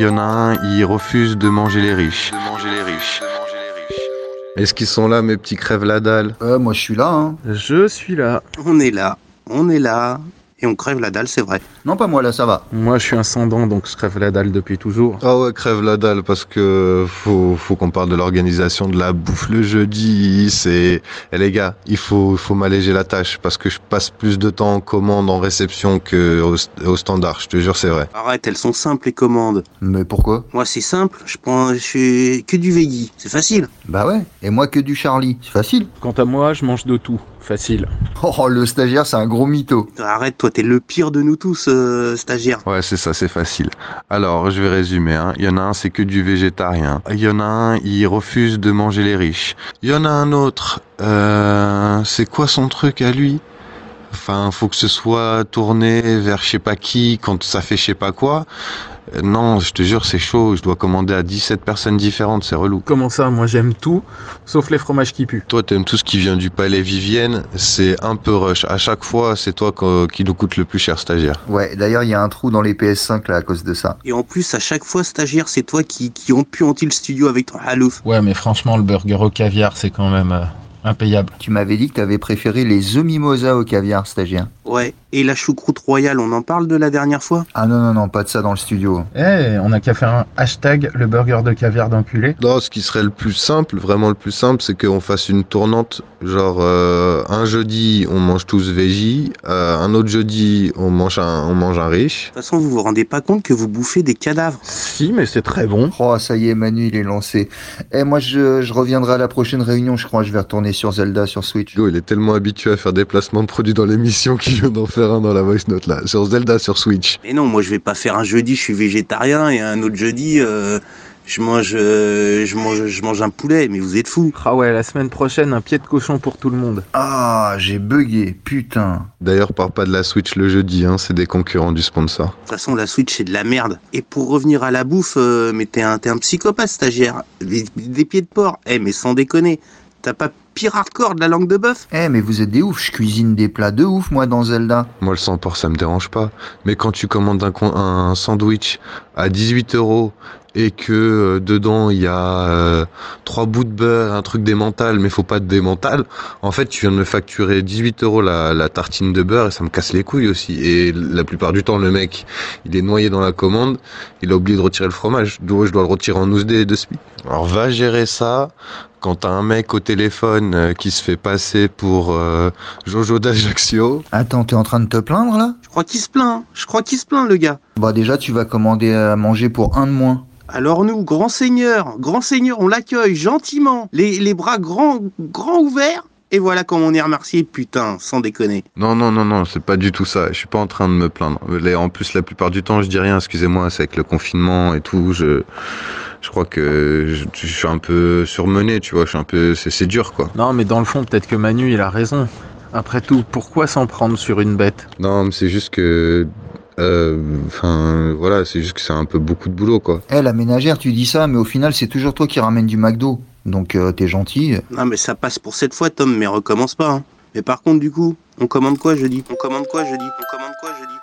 Il y en a un, il refuse de manger les riches. Est-ce qu'ils sont là, mes petits crèves la dalle Euh, moi je suis là. Hein. Je suis là. On est là, on est là. Et on crève la dalle, c'est vrai. Non, pas moi là, ça va. Moi, je suis ascendant, donc je crève la dalle depuis toujours. Ah ouais, crève la dalle, parce que faut, faut qu'on parle de l'organisation de la bouffe le jeudi. C'est, eh les gars, il faut, faut m'alléger la tâche, parce que je passe plus de temps en commande, en réception que au, au standard. Je te jure, c'est vrai. Arrête, elles sont simples les commandes. Mais pourquoi Moi, c'est simple, je prends je suis que du veggie, c'est facile. Bah ouais. Et moi que du Charlie. C'est facile. Quant à moi, je mange de tout. Facile. Oh, le stagiaire, c'est un gros mytho. Arrête, toi, t'es le pire de nous tous, euh, stagiaire. Ouais, c'est ça, c'est facile. Alors, je vais résumer. hein. Il y en a un, c'est que du végétarien. Il y en a un, il refuse de manger les riches. Il y en a un autre. Euh, c'est quoi son truc à lui Enfin, faut que ce soit tourné vers je sais pas qui quand ça fait je sais pas quoi. Euh, non, je te jure, c'est chaud. Je dois commander à 17 personnes différentes, c'est relou. Comment ça Moi, j'aime tout, sauf les fromages qui puent. Toi, t'aimes tout ce qui vient du palais Vivienne, c'est un peu rush. À chaque fois, c'est toi qu'o- qui nous coûte le plus cher, stagiaire. Ouais, d'ailleurs, il y a un trou dans les PS5 là à cause de ça. Et en plus, à chaque fois, stagiaire, c'est toi qui, qui empuantis le studio avec ton halouf. Ouais, mais franchement, le burger au caviar, c'est quand même euh, impayable. Tu m'avais dit que t'avais préféré les œufs mimosa au caviar, stagiaire. Ouais. Et la choucroute royale, on en parle de la dernière fois Ah non, non, non, pas de ça dans le studio. Eh, on a qu'à faire un hashtag le burger de caviar d'enculé. Non, ce qui serait le plus simple, vraiment le plus simple, c'est qu'on fasse une tournante. Genre, euh, un jeudi, on mange tous veggie. euh, un autre jeudi, on mange un, on mange un riche. De toute façon, vous vous rendez pas compte que vous bouffez des cadavres. Si, mais c'est très bon. Oh, ça y est, Manu, il est lancé. Eh, moi, je, je reviendrai à la prochaine réunion, je crois. Je vais retourner sur Zelda, sur Switch. Hugo, il est tellement habitué à faire des placements de produits dans l'émission qu'il vient d'en faire un dans la voice note là. Sur Zelda, sur Switch. Mais non, moi, je vais pas faire un jeudi, je suis végétarien, et un autre jeudi, euh, je mange, euh, je mange, je mange un poulet. Mais vous êtes fous. Ah ouais, la semaine prochaine, un pied de cochon pour tout le monde. Ah, j'ai bugué, putain. D'ailleurs, parle pas de la Switch le jeudi, hein, c'est des concurrents du sponsor. De toute façon, la Switch, c'est de la merde. Et pour revenir à la bouffe, euh, mais t'es un, t'es un psychopathe, stagiaire. Des, des pieds de porc. Eh, mais sans déconner, t'as pas pire hardcore de la langue de bœuf Eh, mais vous êtes des oufs, je cuisine des plats de ouf, moi, dans Zelda. Moi, le sans porc, ça me dérange pas. Mais quand tu commandes un, con- un sandwich à 18 euros et que euh, dedans il y a euh, trois bouts de beurre, un truc démental, mais faut pas de démental, en fait, tu viens de me facturer 18 euros la, la tartine de beurre et ça me casse les couilles aussi. Et la plupart du temps, le mec, il est noyé dans la commande, il a oublié de retirer le fromage. Donc, je dois le retirer en 12 dés et deux spi. Alors, va gérer ça. Quand t'as un mec au téléphone euh, qui se fait passer pour euh, Jojo d'Ajaccio, Attends, t'es en train de te plaindre, là Je crois qu'il se plaint, hein. je crois qu'il se plaint, le gars. Bah, déjà, tu vas commander à manger pour un de moins. Alors nous, grand seigneur, grand seigneur, on l'accueille gentiment, les, les bras grands, grands ouverts. Et voilà comment on est remercié, putain, sans déconner. Non, non, non, non, c'est pas du tout ça. Je suis pas en train de me plaindre. Les- En plus, la plupart du temps, je dis rien. Excusez-moi, c'est avec le confinement et tout. Je, je crois que je, je suis un peu surmené, tu vois. Je suis un peu, c'est c'est dur, quoi. Non, mais dans le fond, peut-être que Manu, il a raison. Après tout, pourquoi s'en prendre sur une bête Non, mais c'est juste que, euh, enfin, voilà, c'est juste que c'est un peu beaucoup de boulot, quoi. Eh, la ménagère, tu dis ça, mais au final, c'est toujours toi qui ramène du McDo. Donc, euh, t'es gentil. Non mais ça passe pour cette fois, Tom, mais recommence pas. hein. Mais par contre, du coup, on commande quoi jeudi On commande quoi jeudi On commande quoi jeudi